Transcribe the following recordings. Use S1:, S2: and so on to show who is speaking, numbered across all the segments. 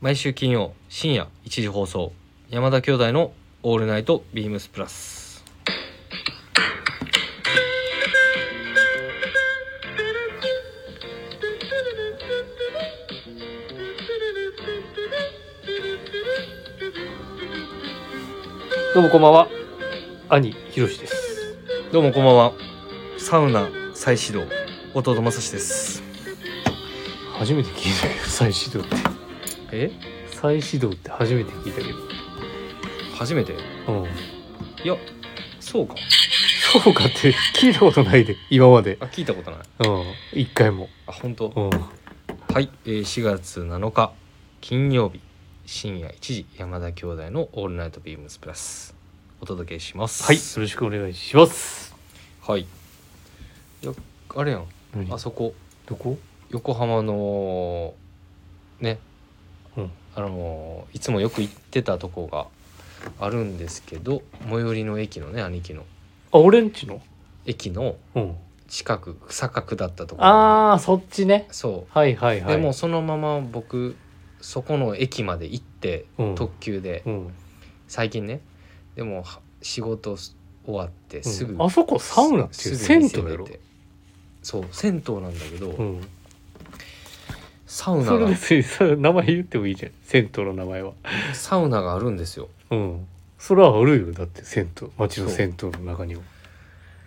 S1: 毎週金曜深夜1時放送山田兄弟の「オールナイトビームスプラス」
S2: どうもこんばんは兄ひろしです
S1: どうもこんばんはサウナ再始動弟正志です
S2: 初めて聞いたけど再始動って
S1: え
S2: 再始動って初めて聞いたけ
S1: 初めて
S2: どうん
S1: いやそうか
S2: そうかって聞いたことないで今まで
S1: あ聞いたことない
S2: うん一回も
S1: あ本当
S2: うん
S1: はい、えー4月7日金曜日深夜1時山田兄弟の「オールナイトビームスプラス」お届けします
S2: はいよろしくお願いします
S1: はいいやあれやんあそこ
S2: どこ
S1: 横浜のね
S2: うん
S1: あのーいつもよく行ってたとこがあるんですけど最寄りの駅のね兄貴の
S2: あ俺んちの
S1: 駅の
S2: うん
S1: 近く草角だったところ
S2: あーそっちね
S1: そ、
S2: はいはいうは
S1: で
S2: い
S1: もうそのまま僕そこの駅まで行って、
S2: うん
S1: 特急で、
S2: うん
S1: 最近ねでもは仕事す終わってすぐ、
S2: うんあそこサウナってい
S1: す
S2: う銭
S1: ぐ
S2: 湯やろ
S1: 店出てそう銭湯なんだけど、
S2: うん
S1: サウナ
S2: それ
S1: が
S2: 別にそれ名前言ってもいいじゃん銭湯の名前は
S1: サウナがあるんですよ
S2: うんそれはあるよだって銭湯町の銭湯の中には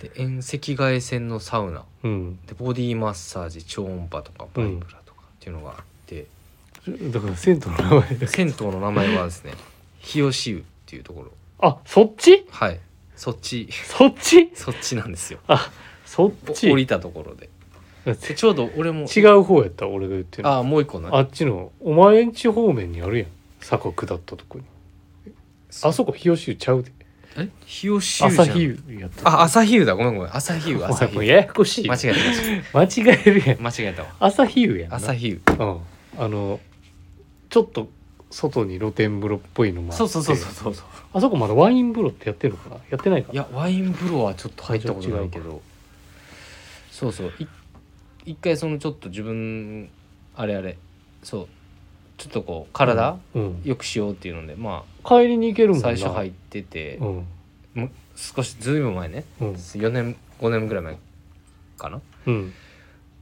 S1: で遠赤外線のサウナ
S2: うん
S1: でボディマッサージ超音波とかバイブラとかっていうのがあって、
S2: だから銭湯の名前だ
S1: 銭湯の名前は ですね日吉湯っていうところ
S2: あそっち
S1: はいそっち
S2: そっち
S1: そっちなんですよ
S2: あそっ
S1: お
S2: ち
S1: 降りたところででちょうど俺も
S2: 違う方やった俺が言ってるあ
S1: ああもう一個ない
S2: っちのお前んち方面にあるやん坂下ったとこにあそこ日吉湯ちゃうで
S1: え日吉湯じゃ
S2: 朝
S1: ん
S2: 日湯やった
S1: あ、朝日湯だ。ごめんごめん。朝日 湯、
S2: お
S1: 朝
S2: 前
S1: 日
S2: もう
S1: 湯。
S2: ややこしい
S1: 間違えた、
S2: 間違えるやん
S1: 間違えた。間違えたわ。
S2: 朝日湯やんな
S1: 朝日湯。
S2: うんあのちょっと外に露天風呂っぽいのもあって
S1: そうそうそうそうそう。
S2: あそこまだワイン風呂ってやってるのかなやってないか
S1: いや、ワイン風呂はちょっと入ったことないけど。そうそう。い一回そのちょっと自分、あれあれ、そう。ちょっとこう、体、
S2: うん
S1: 良くしようっていうので、ま
S2: 帰りに行けるも
S1: あ、
S2: んな
S1: 最初入っ
S2: って
S1: て
S2: う、ん
S1: もう少し、ずいぶん前ね。
S2: うん
S1: 4年、5年ぐらい前かな。
S2: うん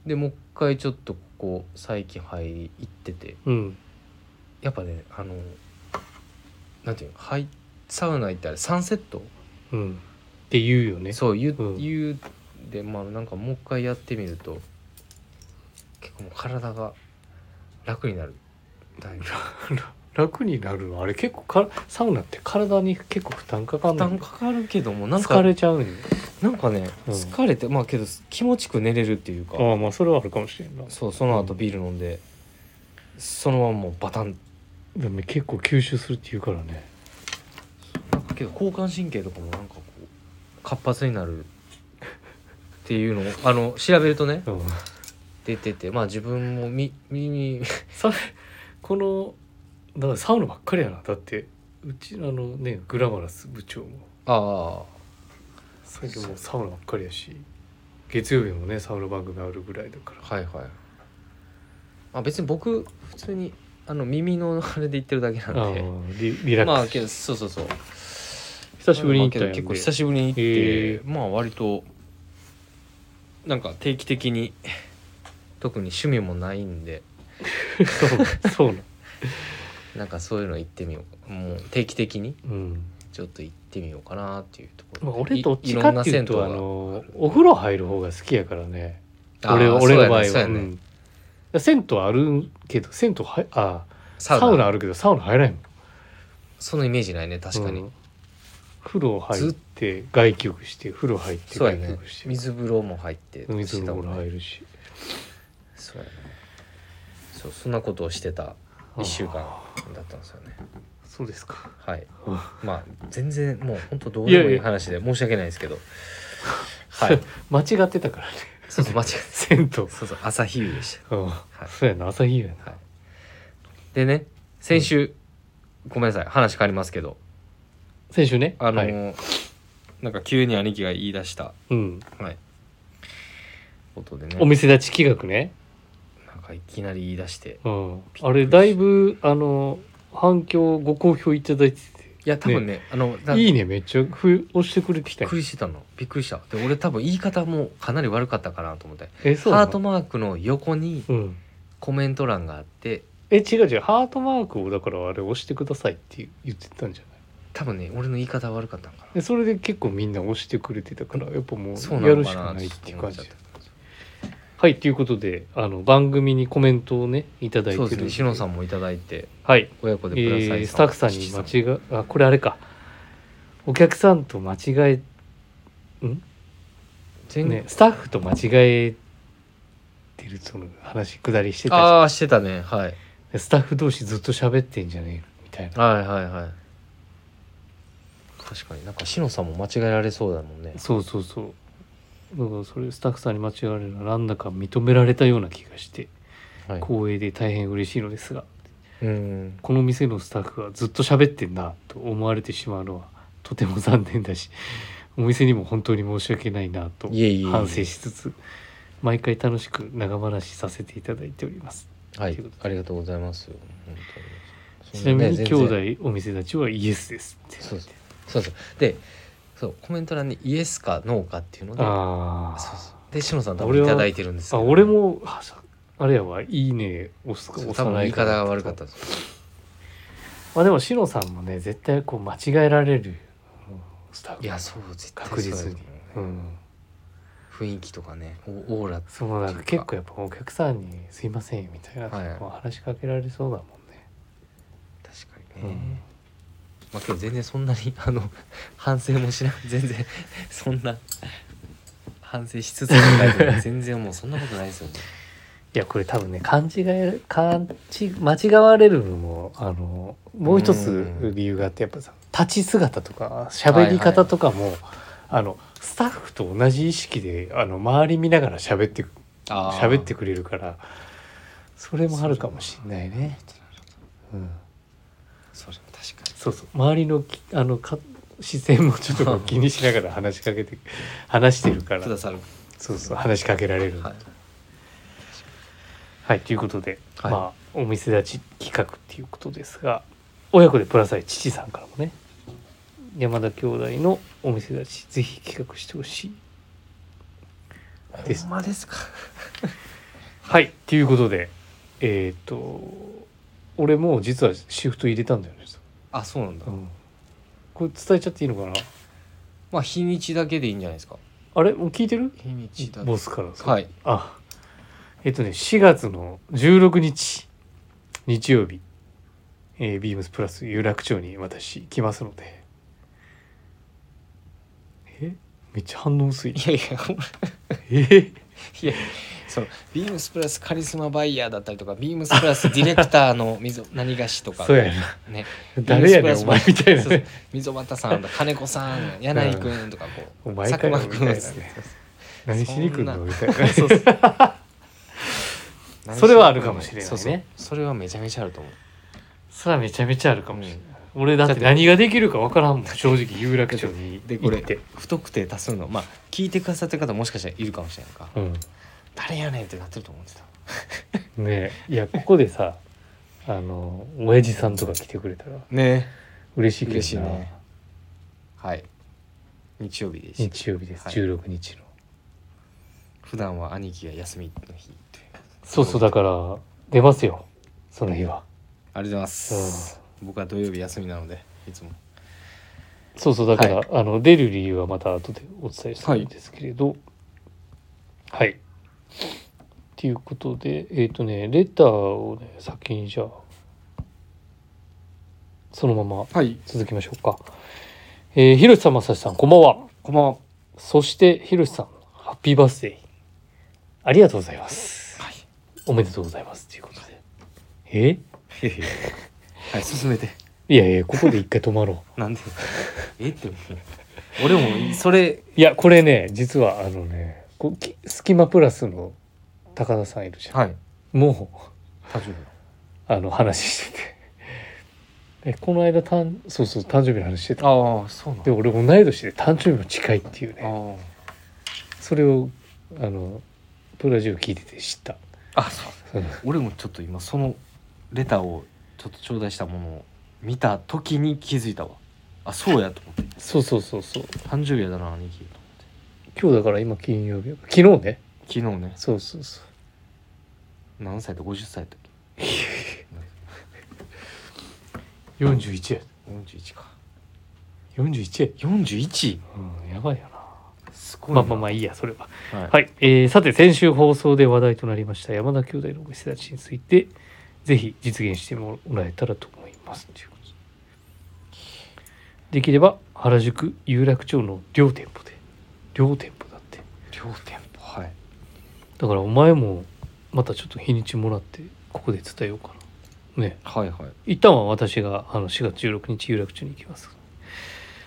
S1: でもう一回ちょっとここ、最近入り行ってて。
S2: うん
S1: やっぱねあのなんていうのはいサウナ行ったらサンセット
S2: うんって言うよね
S1: そう言う,、
S2: うん
S1: 言うでまあなんかもう一回やってみると結構もう体が楽になるだいぶ負
S2: 楽になるのあれ結構かサウナって体に結構負担かかんない
S1: 担かかるけどもなんか
S2: 疲れちゃうねん
S1: なんかね、
S2: うん
S1: 疲れてまあけど気持ちよく寝れるっていうか
S2: ああまあそれはあるかもしれんな
S1: そうその後ビール飲んで、そのままもうバタン
S2: でもね結構吸収するって言うからね
S1: なんかけど交感神経とかもなんかこう活発になるっていうのをあの調べるとね
S2: うん
S1: 出ててまあ自分もみ耳
S2: さこのだからサウナばっかりやなだってうちのあのねグラマラス部長も
S1: ああ
S2: 最近もうサウナばっかりやし月曜日もねサウナ番組あるぐらいだから
S1: はいはいまあ別に僕普通にあの耳のあれで言ってるだけ
S2: あ
S1: なんで
S2: ーリリラ
S1: ま
S2: ッ
S1: あ
S2: クス、
S1: けどそうそうそう
S2: 久しぶりに行った
S1: まあ
S2: やん
S1: け
S2: で
S1: ど結構久しぶりに行って、
S2: へえ
S1: まあ割となんか定期的に特に趣味もないんで
S2: そうそうな
S1: なんかそういうの行ってみようもう定期的に
S2: うん、
S1: ちょっと行ってみようかなっていうとこ
S2: まあ、
S1: ろ
S2: 俺どっちかっていうとあ
S1: ろんな銭
S2: のお風呂入る方が好きやからね
S1: 湯が
S2: 俺
S1: あ
S2: は
S1: あ
S2: 俺の
S1: そう
S2: 場合
S1: やね
S2: は
S1: そうや
S2: う
S1: ね
S2: ん、銭湯あるけど銭湯はあサ
S1: サ
S2: ウ
S1: ウ
S2: ナ
S1: ナ
S2: あるけどサウナ入らないもん
S1: そのイメージないね確かに、
S2: うん風呂入って外気浴して風呂入って
S1: そうや
S2: 外気
S1: ね
S2: 浴して、
S1: 水風呂も入って
S2: 水風呂
S1: も
S2: 入
S1: ね
S2: るし
S1: そうやねそうそんなことをしてた1週間
S2: あ
S1: だったんですよね
S2: ーそうですか
S1: はい
S2: うん
S1: まあ全然もう本当どうでも
S2: い
S1: い
S2: やい
S1: い
S2: や
S1: 話で申し訳ないですけどはい
S2: 間違ってたからね
S1: そうそう間違え
S2: 銭湯
S1: たそうそう朝日湯でし
S2: うん
S1: い
S2: そうやな朝日湯やな
S1: た、はい、でね先週、ごめんなさい話変わりますけど
S2: 先週ね
S1: あの
S2: はい
S1: ーなんか急に兄貴が言い出した
S2: うん、
S1: はいことでね
S2: お店立ち企画ね
S1: なんかいきなり言い出して
S2: うん、あれだいぶあの反響ご好評いただいて
S1: いや多分ねあの
S2: ていいねめっちゃふ押してくれてき
S1: び
S2: た
S1: っ
S2: よ
S1: くりしてたのびっくりしたで俺多分言い方もかなり悪かったかなと思って
S2: えそう
S1: ハ
S2: な
S1: ート
S2: の
S1: マークの横に
S2: うん
S1: コメント欄があって
S2: え違う違うハートマークをだからあれ押してくださいって言ってたんじゃない
S1: 多分ね俺の言い方悪かったんか
S2: でそれで結構みんな押してくれてたからやっぱも
S1: なそう
S2: う
S1: な
S2: や
S1: の
S2: るし
S1: か
S2: か
S1: な
S2: ない
S1: ちょ
S2: っ
S1: ってと
S2: いう
S1: 思
S2: 感
S1: っ
S2: じ
S1: ちゃっ
S2: はいということであの番組にコメントをねいただ
S1: た
S2: い
S1: そう
S2: て
S1: ですね
S2: る
S1: しのさんもいただいて
S2: はい
S1: 親子
S2: え
S1: でプラスアイ
S2: ースタッフさんに間違えあこれあれかお客さんと間違え、
S1: 全
S2: ね、スタッフと間違えてるその話下りしてたじゃん
S1: ああしてたねはい
S2: でスタッフ同士ずっと喋ってんじゃねえのみたいな
S1: はいはいはい確かになんかしのさんも間違えられそうだもんね
S2: そうそうそうだからそれスタッフさんに間違われるのはなんだか認められたような気がして
S1: はい
S2: 光栄で大変嬉しいのですが
S1: うん
S2: この店のスタッフはずっと喋ってんなと思われてしまうのはとても残念だしお店にも本当に申し訳ないなと
S1: いえいえいえ
S2: 反省しつつ毎回楽しく長話させていただいております
S1: はい
S2: ということ
S1: ありがとうございます本当
S2: ちなみに
S1: そんね
S2: 兄
S1: 全然
S2: 弟お店立ちはイエスですって
S1: そうそうそうそうでそうコメント欄にイエスかノーかっていうので
S2: ああ
S1: そうそうでしのさん多
S2: 俺
S1: 分いた
S2: は
S1: だいてるんですけ
S2: あ
S1: ど
S2: 俺もあさあれやわ「いいね」押すか
S1: そう多
S2: 押さ
S1: 分
S2: な
S1: 言
S2: い
S1: い方
S2: な
S1: が悪かったです
S2: まあでもしのさんもね絶対こう間違えられるよスタッフ
S1: いやそう絶対
S2: 確
S1: そう
S2: 実
S1: や
S2: に
S1: と思
S2: う
S1: うね
S2: ん
S1: 雰囲気とかねおオーラ
S2: そのなんか結構やっぱお客さんに「すいません」みたいな、
S1: はい
S2: こう話しかけられそうだもんね、
S1: 確か
S2: う
S1: にね、
S2: ん
S1: まあ今日全然そんなに あの反省もしなく全然そんな反省しつつも書いてない全然もうそんなことないですよね
S2: いやこれ多分ね勘違い勘違間違われるのもあのもう一つ理由があってやっぱさ立ち姿とか喋り方とかも、あのスタッフと同じ意識であの周り見ながら喋ってく喋ってくれるからそれもあるかもしんないね。うん、
S1: それも確か
S2: そうそう周りのきあのか視線もちょっと こう気にしながら話しかけて話してるか
S1: に
S2: ら
S1: くださる
S2: そうそう話しかけられる。
S1: はい
S2: はい、ということで、
S1: はい
S2: まあお店立ち企画っていうことですが親子でプラス愛父さんからもね山田兄弟のお店立ちぜひ企画してほしい。です
S1: ほんまですか
S2: はいということでえっ、と俺もう実はシフト入れたんだよね。
S1: あそうなんだ、
S2: うん、これ伝えちゃっていいのかな
S1: まあ日にちだけでいいんじゃないですか
S2: あれもう聞いてる
S1: 日にちだけ
S2: ボスからさ
S1: はい
S2: あえっとね4月の16日日曜日、えー、ビームスプラス有楽町に私来ますのでえめっちゃ反応薄い
S1: いやいやほんま
S2: え
S1: いやそのビームスプラスカリスマバイヤーだったりとかビームスプラスディレクターの 溝何がしとか
S2: そうやな
S1: ね
S2: 誰やね
S1: ビー
S2: ん
S1: ムス
S2: お
S1: プラ
S2: 前
S1: ス
S2: みたいな
S1: そうそう
S2: ね
S1: 溝端さんだ金子さん柳井君とかこう、
S2: お前
S1: 佐久
S2: かよ
S1: 間
S2: みた
S1: 君
S2: いなね
S1: そう
S2: 何しに来ん
S1: そ
S2: の
S1: んな
S2: みたいな
S1: そうそう
S2: それはあるかもしれないね
S1: そうそうそれはめちゃめちゃあると思う
S2: それはめちゃめちゃあるかもしれない、俺だって何ができるかわからんもん正直有楽町に
S1: でこ
S2: 行っ
S1: れ
S2: て、
S1: 不特定多数のまあ聞いてくださってる方もしかしたらいるかもしれないから
S2: うん、
S1: 誰やねんってなってると思うんですよ
S2: ねえいやここでさあの親父さんとか来てくれたら
S1: ね
S2: 嬉しいけどな
S1: 嬉しいねはい日曜日でした
S2: 日曜日です、
S1: はい
S2: 16日の
S1: 普段は兄貴が休みの日という
S2: そうそうだから出ますよその日は
S1: ありがとうございます、僕は土曜日休みなのでいつも
S2: そうそうだから、
S1: はい
S2: あの出る理由はまた後でお伝えするんですけれどはい、っていうことでえっ、とねレターをね先にじゃあそのまま
S1: はい
S2: 続きましょうか、えー、ひろしさんまさしさんこんばんは
S1: こんばんは
S2: そして、ひろしさん、ハッピーバースデー。ありがとうございます。
S1: はい
S2: おめでとうございます。ということで。え
S1: はい進めて
S2: いやいや、ここで一回止まろ
S1: なんでえって思う俺もそれ
S2: う。 いや、これね、実はあのね、こうきスキマプラスの高田さんいるじゃん。
S1: はい
S2: も
S1: 大丈夫
S2: う、あの、話してて。 え、この間、たんそうそう、誕生日の話してた。
S1: ああそうなん
S2: で、
S1: だ
S2: 俺、同い年で誕生日も近いっていう
S1: あ
S2: ね。
S1: ー
S2: それを、あの、プラジオ聞いてて知った。
S1: あそう
S2: うん
S1: 俺もちょっと今そのレターをちょっと頂戴したものを見た時に気づいたわあそうやと思って
S2: そうそうそうそう
S1: 誕生日やだな兄貴と
S2: 今日だから今金曜日やから昨日ね
S1: 思って昨日ね
S2: そうそうそう
S1: 何歳と50歳だっ
S2: 41や
S1: け41か
S2: 41や、
S1: 41
S2: うん、やばいよな
S1: すごいな
S2: まあまあまあいいやそれは
S1: はい
S2: はい、えーさて先週放送で話題となりました山田兄弟のご施設についてぜひ実現してもらえたらと思いますということでできれば原宿有楽町の両店舗で両店舗だって
S1: 両店舗はい
S2: だからお前もまたちょっと日にちもらってここで伝えようかなね
S1: はいはい
S2: 一旦は私があの4月16日有楽町に行きます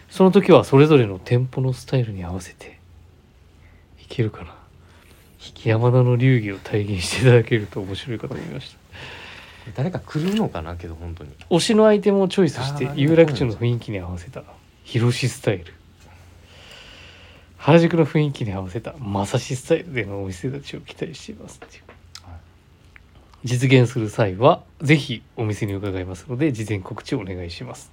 S2: その時はそれぞれの店舗のスタイルに合わせていけるかな山田の流儀を体現していただけると面白いかと思いました
S1: 誰か来るのかなけど本当に
S2: 推しのアイテムをチョイスして
S1: あー
S2: 有楽町の雰囲気に合わせた広しスタイル原宿の雰囲気に合わせたまさしスタイルでのお店たちを期待していますっていう
S1: はい
S2: 実現する際はぜひお店に伺いますので事前告知をお願いします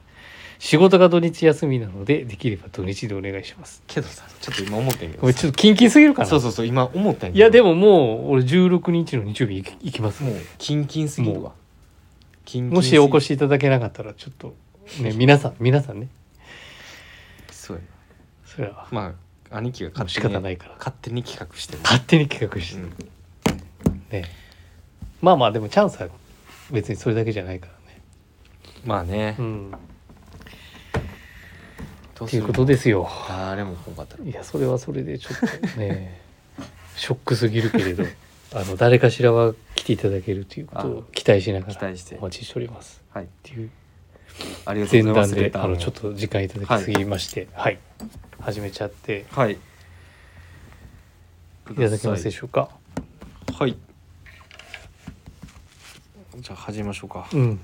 S2: 仕事が土日休みなのでできれば土日でお願いします
S1: けどさちょっと今思ってんけど
S2: これ
S1: さ
S2: ちょっと緊急すぎるかな
S1: そうそうそう今思ったんやけど
S2: やでももう俺16日の日曜日行き行きます
S1: もうキンキンすぎるわキンキン
S2: もしお越
S1: し
S2: しいただけなかったらちょっとね皆さん皆さんね
S1: そうや
S2: それは
S1: まあ兄貴が
S2: もう
S1: 勝
S2: 仕
S1: 手に
S2: 方ないから
S1: 勝手に企画してる
S2: 勝手に企画して、
S1: うん
S2: ねまあまあでもチャンスは別にそれだけじゃないからね
S1: まあね
S2: うん
S1: ど
S2: って
S1: す
S2: い
S1: る
S2: うことですよ
S1: 誰も来んかったら
S2: いやそれはそれでちょっとね ショックすぎるけ れどあの誰かしらは来ていただけるということを期待しなが
S1: 期
S2: ら
S1: 待して
S2: お待ちしております
S1: はい
S2: っていう
S1: ありがと
S2: 前
S1: うございま
S2: 段
S1: す
S2: で
S1: レター
S2: あ
S1: も
S2: のちょっと時間いただきすぎましてはい、始めちゃって
S1: はいい
S2: いただけますでしょうか
S1: はいじゃあ始めましょうか
S2: うん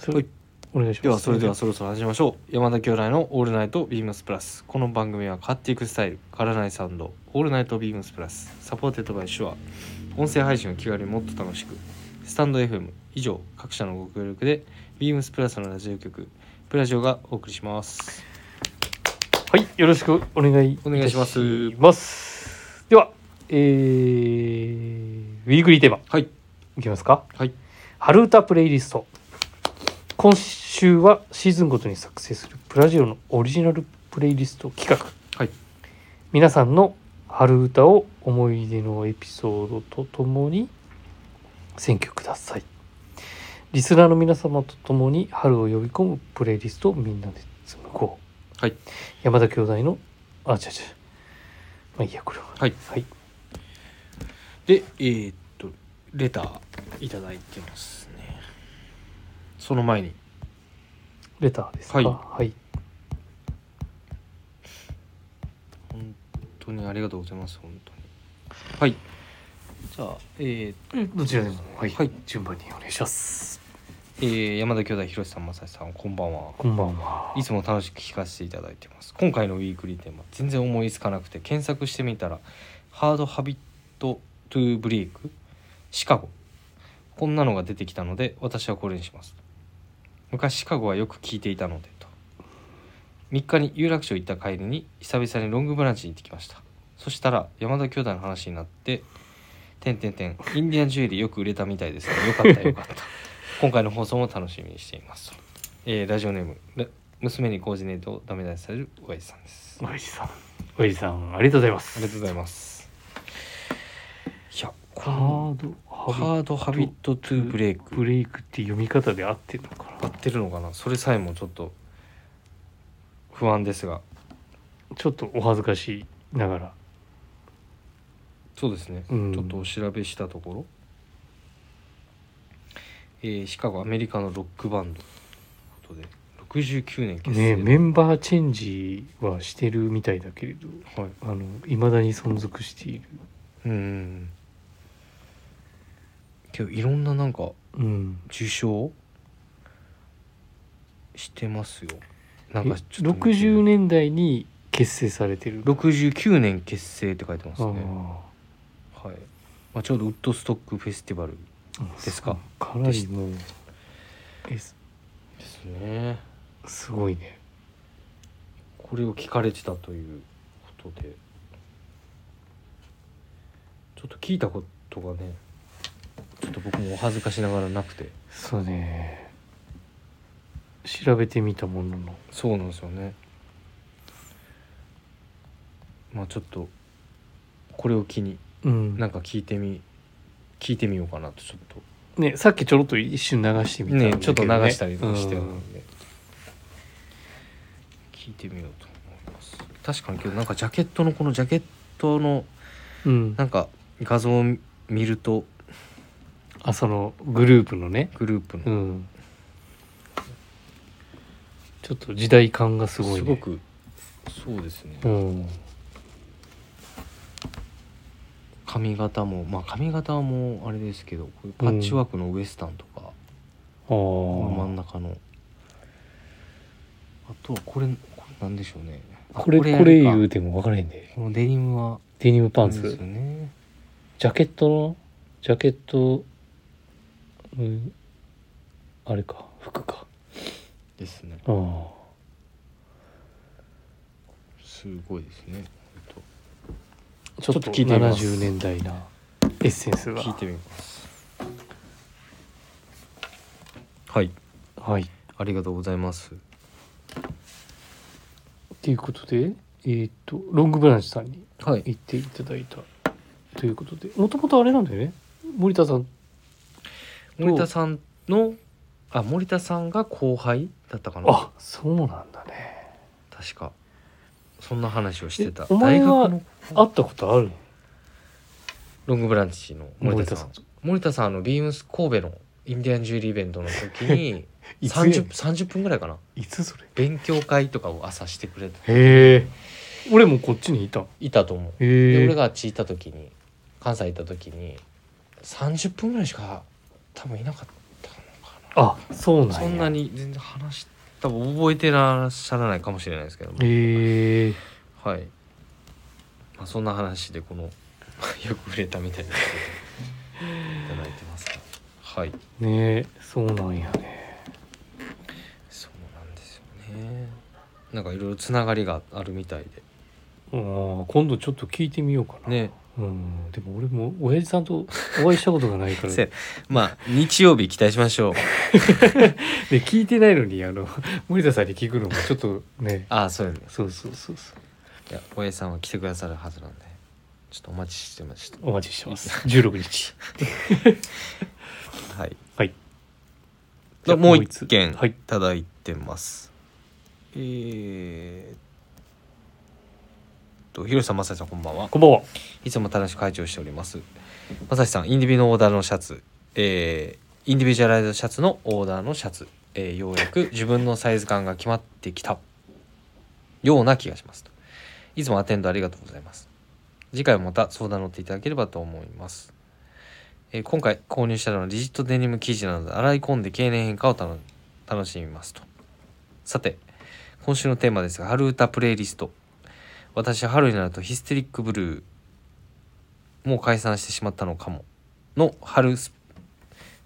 S2: それ、
S1: はい
S2: お願いします
S1: ではそれではそろそろ始めましょう山田兄弟の「オールナイトビームスプラス」この番組は変わっていくスタイル変わらないサウンド「オールナイトビームスプラス」サポーテッドバイシュア音声配信を気軽にもっと楽しくスタンド FM 以上各社のご協力でビームスプラスのラジオ局プラジオがお送りします
S2: はい、よろしくお願いいた
S1: お願いします
S2: ますでは、えー、ウィークリーテーマ
S1: はい
S2: いきますか。
S1: はい
S2: 春歌プレイリスト。今週はシーズンごとに作成するプラジオのオリジナルプレイリスト企画。
S1: はい
S2: 皆さんの春歌を思い出のエピソードとともに選曲ください。リスナーの皆様とともに春を呼び込むプレイリストをみんなで紡こう。
S1: はい。
S2: 山田兄弟の、あ、違う違う。まあいいや、これは。
S1: はい
S2: はい。
S1: でえーっとレターいただいてますねその前に
S2: レターですか。
S1: はい
S2: はい。
S1: 本当にありがとうございます本当にはいじゃあえー、
S2: どちらでも、はい、
S1: はい
S2: 順番にお願いします。
S1: えー山田兄弟ひろしさんまさしさんこんばんは
S2: こんばんは。
S1: いつも楽しく聞かせていただいてます今回のウィークリーテーマ全然思いつかなくて検索してみたらハードハビットトゥーブレイクシカゴこんなのが出てきたので私はこれにします昔シカゴはよく聞いていたのでと3日に有楽町行った帰りに久々にロングブランチに行ってきましたそしたら山田兄弟の話になって「てんてんてんインディアンジュエリーよく売れたみたいですねよ かったよかった今回の放送も楽しみにしています」えーラジオネームら娘にコーディネートをダメ出しされる親父さんです
S2: おやじさん。おやじさん、ありがとうございま
S1: あ
S2: す。
S1: りがとうございますいやこ
S2: ハ
S1: の
S2: ードハビ
S1: ハードハビットトゥーブレイク
S2: ブレイクって読み方で合ってるのか
S1: 合ってるのかなそれさえもちょっと不安ですが
S2: な。ちょっとお恥ずかしいながら。
S1: そうですね、
S2: うん
S1: ちょっとお調べしたところ、えーシカゴアメリカのロックバンドということで69年結
S2: ねえ
S1: 成、
S2: メンバーチェンジはしてるみたいだけれど、
S1: はい
S2: あの未だに存続している。
S1: うんうんうんけどいろんななんか
S2: うん。
S1: 受賞してますよなんかちょっと
S2: 六十年代に結成されてる。
S1: 69年結成って書いてますね
S2: あ
S1: はいまあ、ちょうどウッドストックフェスティバルですか
S2: かなりもうえす
S1: ですね
S2: すごいね
S1: これを聞かれてたということでちょっと聞いたことがねちょっと僕もお恥ずかしながらなくて
S2: そうね調べてみたものの
S1: そうなんですよねまあちょっとこれを機に
S2: うん
S1: なんか聞いてみ聞いてみようかなとちょっと
S2: ねさっきちょろっと一瞬流してみたんだ
S1: ね
S2: けど
S1: ちょっと流したりとかして
S2: う
S1: る
S2: ん
S1: んで、聞いてみようと思います確かにけどなんかジャケットのこのジャケットの
S2: うん
S1: なんか画像を見ると
S2: あそのグループのね
S1: グループの、
S2: うんちょっと時代感がすごいね
S1: すごくそうですね、
S2: うん
S1: 髪型もまあ髪型はもうあれですけどこういうパッチワークのウエスタンとか、
S2: あ
S1: この真ん
S2: ー
S1: 中のあとはこれこれなんでしょうねあ
S2: これこれ
S1: あ
S2: 言
S1: か
S2: うても分からへんで
S1: このデニムは
S2: デニムパン
S1: あれです
S2: ツ
S1: よね
S2: ジャケットのジャケット、うん、あれか服か
S1: ですね
S2: ああ
S1: すごいですねほんち
S2: ちょっ
S1: ょ
S2: と
S1: っと聞いてみます
S2: 70年代なエッセンス
S1: と
S2: が
S1: 聞いてみますはい
S2: はい
S1: ありがとうございます
S2: ということで、えーっとロングブランチさんに
S1: はい
S2: 行っていただいたということでもともとあれなんだよね森田さん
S1: 森田さんのあ森田さんが後輩だったかな
S2: あそうなんだね
S1: 確かそんな話をしてた
S2: えお前は
S1: の
S2: 会ったことある
S1: ロングブランチの森田さん
S2: 森
S1: 森田さんあのビームス神戸のインディアンジュエリーイベントの時に
S2: いつやねん
S1: 30, 30分ぐらいかない
S2: つそれ
S1: 勉強会とかを朝してくれて
S2: へえ俺もこっちにいた
S1: いたと思う
S2: へ
S1: で
S2: え
S1: 俺があっち行った時に関西行った時に30分ぐらいしか多分いなかったのか
S2: あそうなん
S1: な
S2: や
S1: そんなに全然話し多分覚えてらっしゃらないかもしれないですけども
S2: へえ
S1: はい、まあ、そんな話でこの よく触れたみたいなことをいただいてますがはい
S2: ねえそうなんやね
S1: そうなんですよねなんかいろいろつながりがあるみたい
S2: あー今度ちょっと聞いてみようか
S1: で
S2: な、
S1: ね
S2: うんでも俺も親父さんとお会いしたことがないから
S1: せまあ日曜日期待しましょう
S2: で聞いてないのにあの森田さんに聞くのもちょっとね
S1: ああそうです
S2: そうそうそうそう
S1: いや小江さんは来てくださるはずなんでちょっとお待ちしてました
S2: お待ちしてます16日
S1: はい。
S2: はい
S1: じゃあもう一件
S2: はい
S1: いただいてます。えーっと、ひろしさん、まさしさん、こんばんは。
S2: こんばんはい
S1: つも楽しく会長しております。まさしさん、インディビのオーダーのシャツ、えーインディビジュアライズドシャツのオーダーのシャツ、えーようやく自分のサイズ感が決まってきたような気がしますと。いつもアテンドありがとうございます。次回もまた相談乗っていただければと思います。えー今回購入したのはリジットデニム生地なので洗い込んで経年変化を楽楽しみますと。さて、今週のテーマですが、春歌プレイリスト。私、春になるとヒステリックブルー。もう解散してしまったのかもの春ス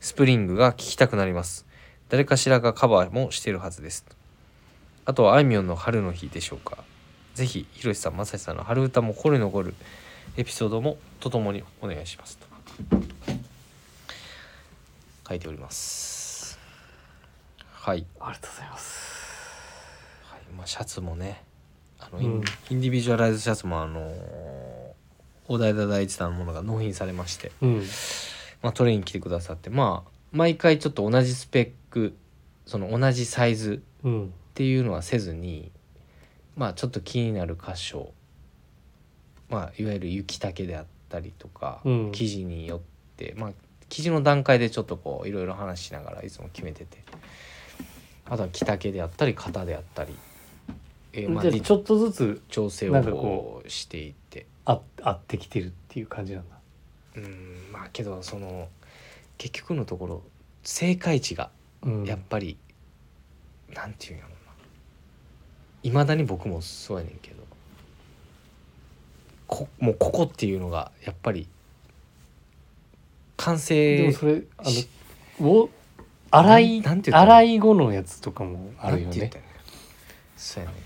S1: スプリングが聴きたくなります誰かしらがカバーもしているはずですあとはあいみょんの春の日でしょうかぜひひろしさんまさしさんの春歌も心に残るエピソードもとともにお願いしますと書いておりますはい、
S2: ありがとうございます
S1: はいまあ、シャツもねあのイン,、
S2: うん
S1: インディビジュアライズシャツもあのー小田井田大一さんのものが納品されまして
S2: うん
S1: まあ、取りに来てくださってまあ毎回ちょっと同じスペックその同じサイズ
S2: うん
S1: っていうのはせずにまあちょっと気になる箇所まあいわゆる雪丈であったりとか、
S2: うん
S1: 生地によってまあ生地の段階でちょっとこういろいろ話しながらいつも決めててあとは着丈であったり型であったり、えーまあ、
S2: じゃあ
S1: り
S2: ちょっとずつ
S1: 調整
S2: な
S1: を
S2: んか
S1: こ
S2: こ
S1: うしていって
S2: あ合ってきてるっていう感じなんだ
S1: うんまあけどその結局のところ正解値が
S2: うん
S1: やっぱり、なんていうんやろうないまだに僕もそうやねんけどこもうここっていうのがやっぱり完
S2: で
S1: 成
S2: もそれあ
S1: し
S2: のを洗い
S1: なんて言ったの
S2: 洗い後のやつとかもあるよ
S1: なんて言
S2: ね
S1: ったらいいのそうやね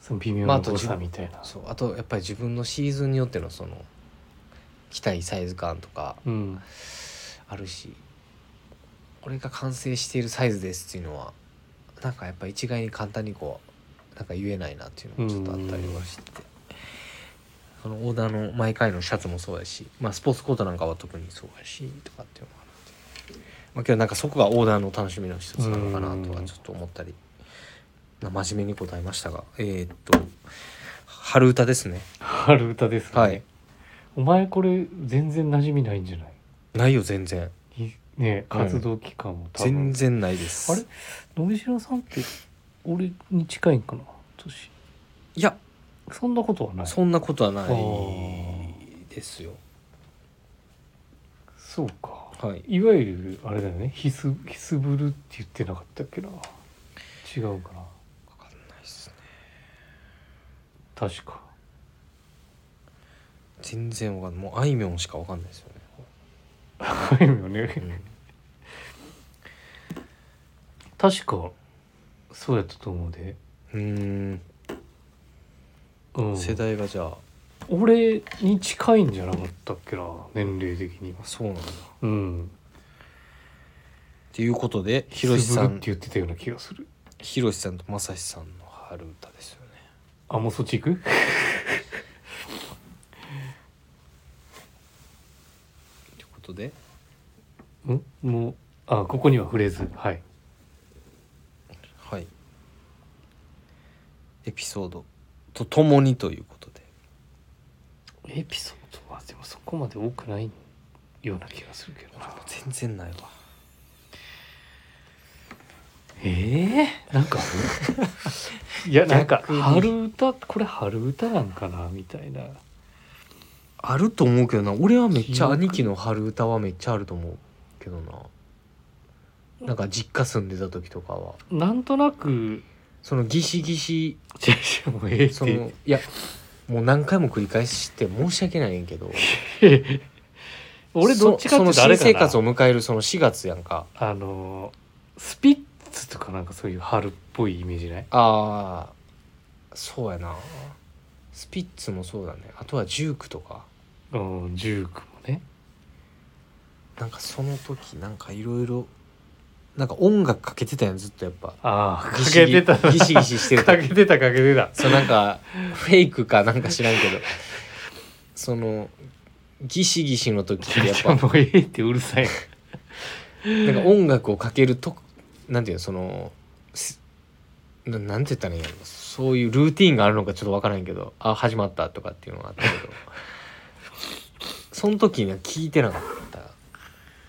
S2: その微妙
S1: まあ
S2: な
S1: あと
S2: 誤差
S1: 自
S2: みたいな、
S1: そうあとやっぱり自分のシーズンによってのその着たいサイズ感とか
S2: うん
S1: あるし俺が完成しているサイズですっていうのはなんかやっぱ一概に簡単にこうなんか言えないなっていうのもちょっとあったりはしててそのオーダーの毎回のシャツもそうやし、まあ、スポーツコートなんかは特にそうやしとかっていうのがあって、まあ、けどなんかそこがオーダーの楽しみの一つなのかなとはちょっと思ったり、まあ真面目に答えましたがえーっと春歌ですね
S2: 春歌ですね、
S1: はい
S2: お前これ全然馴染みないんじゃない
S1: ないよ全然
S2: いね活動期間も多分、
S1: 全然ないです
S2: あれ伸びしろさんって俺に近いんかな年
S1: いや
S2: そんなことはない
S1: そんなことはな
S2: あ
S1: い
S2: ー
S1: ですよ。
S2: そうか
S1: はい。
S2: いわゆるあれだよねヒスヒスブルって言ってなかったっけな違うかな
S1: わかんないですね。
S2: 確か
S1: 全然わかんない。もうあいみょんしかわかんないですよ
S2: あいみょんね
S1: ね。
S2: 確かそうやったと思うで、
S1: うん。
S2: うん、
S1: 世代がじゃあ、
S2: 俺に近いんじゃなかったっけな年齢的に
S1: あそうなんだ。っ
S2: うん
S1: ていうことで、ひろしさ
S2: ヒスブル
S1: ん
S2: って、言ってたような気がする
S1: ひろしさんとまさしさんの春歌ですよね。
S2: あもうそっち行く
S1: ということで、
S2: んもうあここには触れずはい
S1: はい。エピソードとともにということで。
S2: エピソードはでもそこまで多くないような気がするけどな
S1: 全然ないわ。
S2: ええなんか いやなんか
S1: 逆に
S2: 春歌これ春歌なんかなみたいな
S1: あると思うけどな。俺はめっちゃ兄貴の春歌はめっちゃあると思うけどな。なんか実家住んでた時とかは。
S2: なんとな く
S1: そのギシギシ
S2: じゃあもうええっ
S1: そ
S2: て
S1: のいやもう何回も繰り返して申し訳ないねんけど
S2: 俺どっちかってい
S1: そ
S2: うと
S1: そ
S2: あ
S1: の
S2: れ
S1: 新生
S2: か
S1: 活を
S2: な
S1: 迎えるその4月やんか
S2: あのスピッツとかなんかそういう春っぽいイメージない
S1: あーそうやなスピッツもそうだねあとはジュークとか
S2: うんジュークもね
S1: なんかその時なんかいろいろなんか音楽かけてたやんずっとやっぱ
S2: ああかけてたな
S1: ギシギシしてる
S2: かけてたかけてた
S1: そうなんかフェイクかなんか知らんけどそのギシギシの時って
S2: い
S1: や
S2: や
S1: っ
S2: じ
S1: ぱ
S2: ゃあもうええってうるさい
S1: なんか音楽をかけるとなんていうのそのすななんて言ったらいいんやろそういうルーティーンがあるのかちょっとわからんけどあ始まったとかっていうのがあったけどその時には聞いてなかった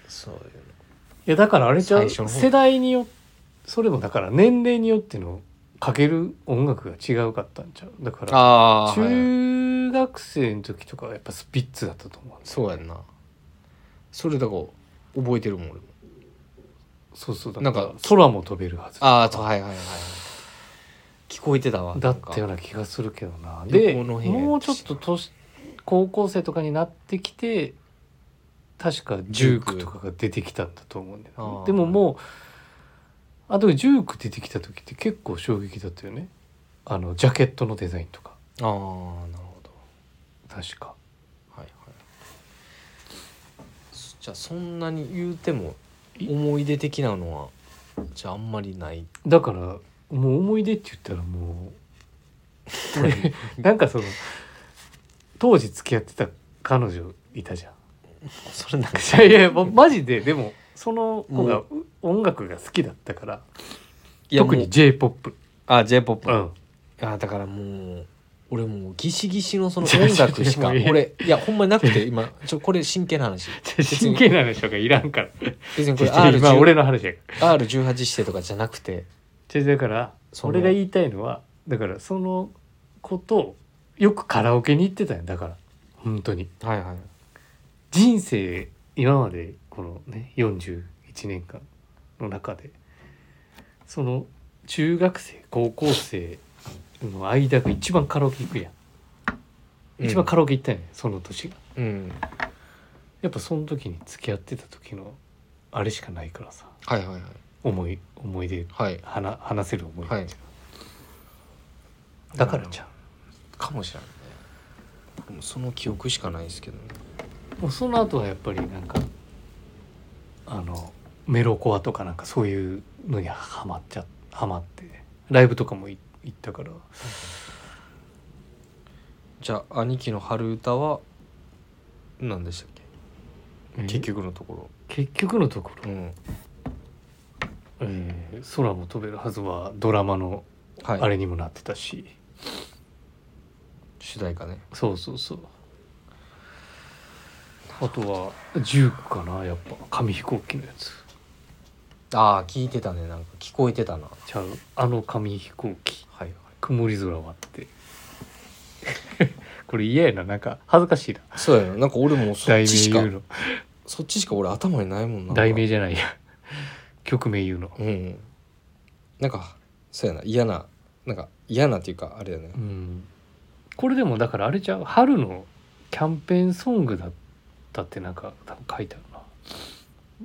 S1: そういうの
S2: いやだからあれじゃ
S1: 最初の
S2: う
S1: 方
S2: 世代によそれもだから年齢によってのかける音楽が違うかったんちゃうだから
S1: ああ、はい
S2: 中学生の時とかはやっぱスピッツだったと思う
S1: そうやんなそれだから覚えてるもん俺も
S2: そうそうだ
S1: な
S2: なんん
S1: か
S2: か空も飛べるはず
S1: ああはいはいはいはい聞こえてたわ
S2: だったよう
S1: な
S2: な気がするけどな
S1: 旅
S2: で
S1: 行の部屋やったし
S2: もうちょっと年高校生とかになってきて確かジュークとかが出てきたんだと思うんだ
S1: ジュー
S2: よ
S1: ク
S2: なでももうあとジューク出てきた時って結構衝撃だったよねあのジャケットのデザインとか
S1: んかああなるほど
S2: 確か
S1: はいはいそじゃあそんなに言うても思い出的なのはじゃああんまりない
S2: だからもう思い出って言った らもう俺 なんかその当時付き合ってた彼女いたじゃん
S1: それなんか
S2: いやいやもうマジででもその子が音楽が好きだったから特に j p o p
S1: あ j p o
S2: う
S1: p
S2: ん
S1: あだからもう俺もうギシギシのその
S2: 違う違う
S1: 音楽しか
S2: もういい
S1: 俺いやほんまになくて今ちょこれ真剣な話別
S2: 真
S1: に
S2: 剣な話とかいらんから
S1: 別にこれ
S2: 今
S1: R10
S2: 俺の話やか
S1: R18 指定とかじゃなくて
S2: らだから
S1: その
S2: 俺が言いたいのはだからその子とよくカラオケに行ってたんよだから本当に
S1: はいはい
S2: 人生今までこのね41年間の中でその中学生高校生の間が一番カラオケ行くやん一番カ
S1: ラ
S2: ラオケ行ったんやんその年が。
S1: うん
S2: やっぱその時に付き合ってた時のあれしかないからさ
S1: はいはいはい
S2: 思い思い出
S1: はい
S2: 話話せる思い出っていうのはだからじゃん
S1: かもしれないね僕もその記憶しかないですけどね
S2: もうその後はやっぱりなんかあのメロコアとかなんかそういうのにハマっちゃハマってライブとかもい行ったから
S1: じゃあ兄貴の春歌は何でしたっけ結局のとこ
S2: 結局のところ
S1: ろ、うん
S2: 「えー空も飛べるはず」はドラマの
S1: はい、
S2: あれにもなってたし、
S1: 主題歌ね
S2: そうそうそうあとは19かなやっぱ紙飛行機のやつ
S1: ああ聞いてたねなんか聞こえてたなは
S2: ちゃうあの紙飛行機
S1: いはい
S2: 曇り空はって これ嫌やななんか恥ずかしいな
S1: そうやななんか俺もそっ
S2: 題名
S1: ちしか
S2: 言うの
S1: そっちしか俺頭にないもんな
S2: 題名じゃないや曲名言うの、
S1: うんなんかそうやな嫌ななんか嫌なっていうかあれだね
S2: うん、これでもだからあれじゃう春のキャンペーンソングだったってなんか多分書いてあるな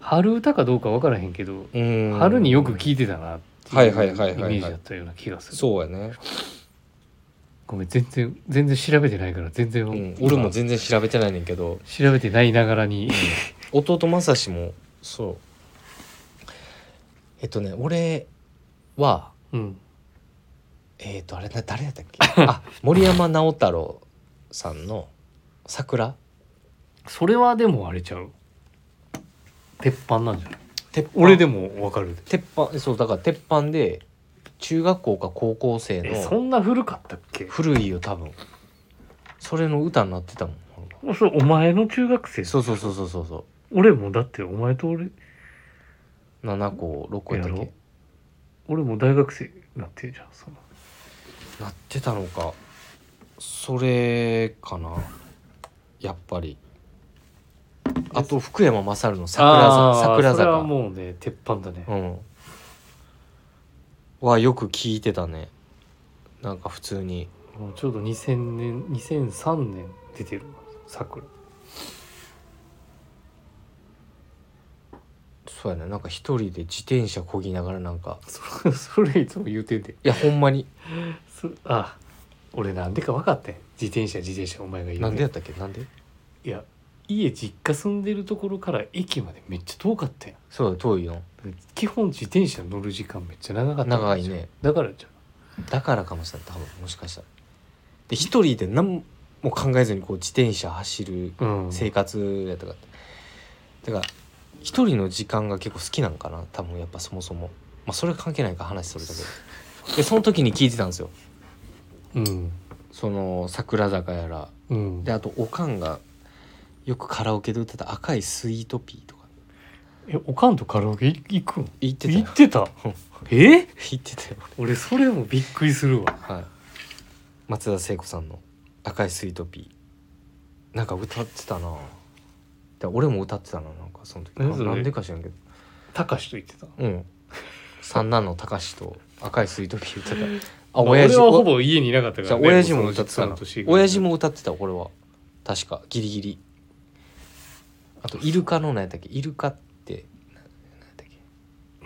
S2: 春歌かどうか分からへんけど、
S1: うん
S2: 春によく聴いてたなって
S1: はいいうはい
S2: イメ
S1: はいはいはい
S2: ージだったような気がする、
S1: そうやね、
S2: ごめん全然全然調べてないから全然、
S1: うん、
S2: 今
S1: 俺も全然調べてないねんけど
S2: 調べてないながらに、
S1: 弟正志もそうえっとね俺は
S2: うん、
S1: えっ、とあれな誰だったっ けあ森山直太朗さんの「桜
S2: それはでもあれちゃう鉄板なんじゃない」
S1: 鉄板
S2: 俺でも分かるで
S1: 鉄板そうだから鉄板で中学校か高校生
S2: えそ
S1: の
S2: んな古かったっけ
S1: 古いよ多分それの歌になってたもん
S2: それお前の中学生
S1: そうそうそうそうそうそ
S2: 俺もだってお前と俺
S1: う7校6校やったっ
S2: や
S1: け
S2: ろ俺も大学生になってるじゃんその
S1: なってたのかそれかなやっぱりあと福山雅治の桜
S2: あー
S1: 坂桜
S2: それは
S1: 坂
S2: もうね鉄板だね、
S1: うんはよく聞いてたねなんか普通に
S2: もうちょうど2000年2003年出てるわ桜
S1: そうやねなんか一人で自転車こぎながらなんか
S2: そそれいつも言うてんで
S1: いやほんまに
S2: そあ俺なんでか分かってん自転車自転車お前が言うて
S1: なんでやったっけなんで
S2: いや家実家住んでるところから駅までめっちゃ遠かったやん
S1: そうだ遠いよ
S2: 基本自転車乗る時間めっちゃ長かった
S1: 長いね
S2: だからじゃん
S1: だからかもしれない多分もしかしたらで一人で何も考えずにこう自転車走る
S2: うん
S1: 生活やったからだから一人の時間が結構好きなんかな多分やっぱそもそもまあそれは関係ないか話それだけ どでその時に聞いてたんですよ
S2: うん
S1: その桜坂やら
S2: うん
S1: であとおかんがよくカラオケで歌った「赤いスイートピー」とか
S2: えおかんとカラオケ行くん
S1: 言ってた
S2: 行
S1: よ
S2: ってたえ
S1: 言ってたよ、
S2: 俺それもびっくりするわ
S1: はい、松田聖子さんの「赤いスイートピー」なんか歌ってたなで俺も歌ってたななんかその時
S2: えそれ
S1: なんでか知らんけど
S2: たかしと言ってた
S1: うん。三男の高志と赤いスイートピー歌った。 あ、
S2: まあ
S1: 親父。
S2: 俺はほぼ家にいなかったか
S1: じゃ
S2: ら、
S1: あ
S2: ね、
S1: 親父も歌って
S2: そ
S1: た
S2: の
S1: な
S2: 年。ぐらい
S1: 親父も歌ってた、これは。確か、ギリギリ。あと、イルカの何やったっけイルカって、な何やったっ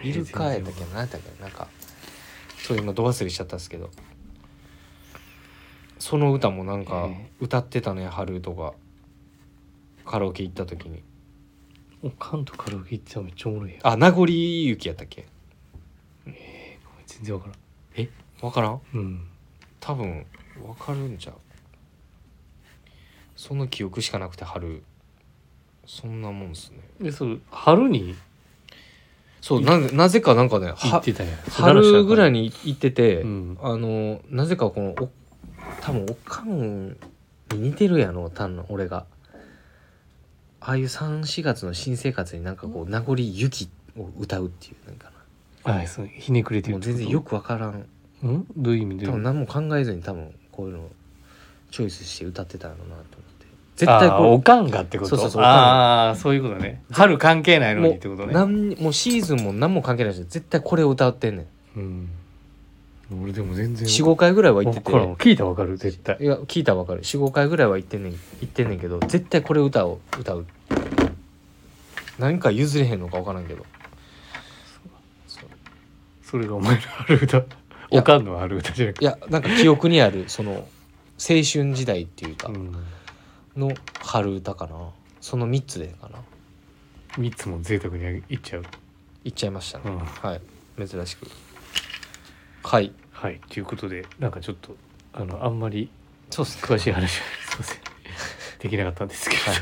S1: けイルカやったっけ何やったっけなんか、そう今、ど忘れしちゃったんですけど。その歌もなんか
S2: え
S1: 歌ってたね、春とかカラオケ行った時に
S2: おかんとカラオケ行ってたのめっちゃおもろいやん
S1: あ名残ゆきやったっけ
S2: 全然わか
S1: わからん
S2: らんうん
S1: 多分わかるんちゃうその記憶しかなくて春そんなもんですね
S2: でそう春に
S1: そうなぜなぜかなんかね
S2: 行
S1: は
S2: ってたやん
S1: 春ぐらい
S2: に、
S1: に行ってて、
S2: うん、
S1: あのなぜかこのお多分おかんに似てるやろ単の俺がああいう34月の新生活になんかこう名残雪を歌うっていうなんか
S2: あそうひねくれて
S1: な
S2: る
S1: もう全然よくわからん
S2: うんどういう意味で
S1: 多分何も考えずに多分こういうのをチョイスして歌ってたのなと思って絶対
S2: あーお
S1: こ
S2: かんがってこと
S1: そうそうそうおかん
S2: ああそういうことね春関係ない
S1: れ
S2: のにってこと
S1: も
S2: ね
S1: うなんもうシーズンも何も関係ないし絶対これを歌ってんねん
S2: うん俺でも全然
S1: 45回ぐらいは行ってて
S2: 分からん聞いたらわかる絶対
S1: いや聞いたらわかる45回ぐらいは言ってんねん言ってんねんけど絶対これ歌を歌う何か譲れへんのか分からんけどそう
S2: それがお前のある歌
S1: や
S2: おかんのある歌じゃなくて
S1: いやなんか記憶にあるその青春時代っていうか
S2: うん
S1: の春歌かなその3つでかな
S2: 三つも贅沢にいっちゃう
S1: いっちゃいましたね、
S2: うん
S1: はい珍しくはい
S2: はいということでなんかちょっとあのあんまり
S1: そうっすね
S2: 詳しい話はすいませんできなかったんですけど
S1: はい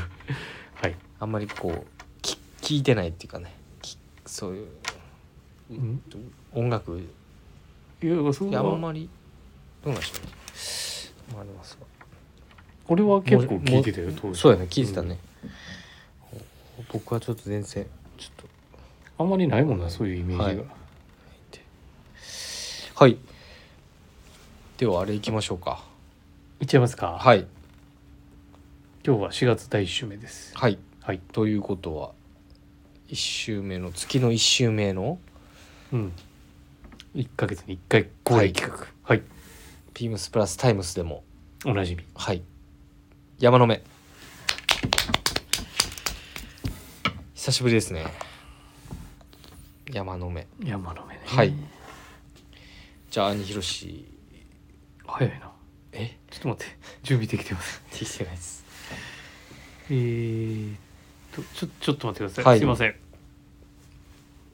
S2: はい、
S1: あんまりこうき聞いてないっていうかねきそういう
S2: うん
S1: 音楽
S2: いやそ
S1: い
S2: ん
S1: や
S2: な
S1: あんまりどうなんでしょうねまあありますわ
S2: 俺は結構聞いてたよ当時
S1: そうやね聞いてたね、僕はちょっと全然ちょっと
S2: あんまりないもんなそういうイメージが、
S1: はいはいではあれ行きましょうか
S2: いっちゃいますか、
S1: はい
S2: 今日は4月第1週目です
S1: はい
S2: はい
S1: ということは1週目の月の1週目の
S2: うん1ヶ月に1回公演企画はい、
S1: ビームスプラスタイムスでも
S2: おなじみ
S1: はい山の目久しぶりですね山の目
S2: 山の目ね
S1: はいじゃあ兄ひろし
S2: 早いな
S1: え
S2: ちょっと待って準備できてます
S1: できてないです
S2: えー、っとちょちょっと待ってください、
S1: はい
S2: すいません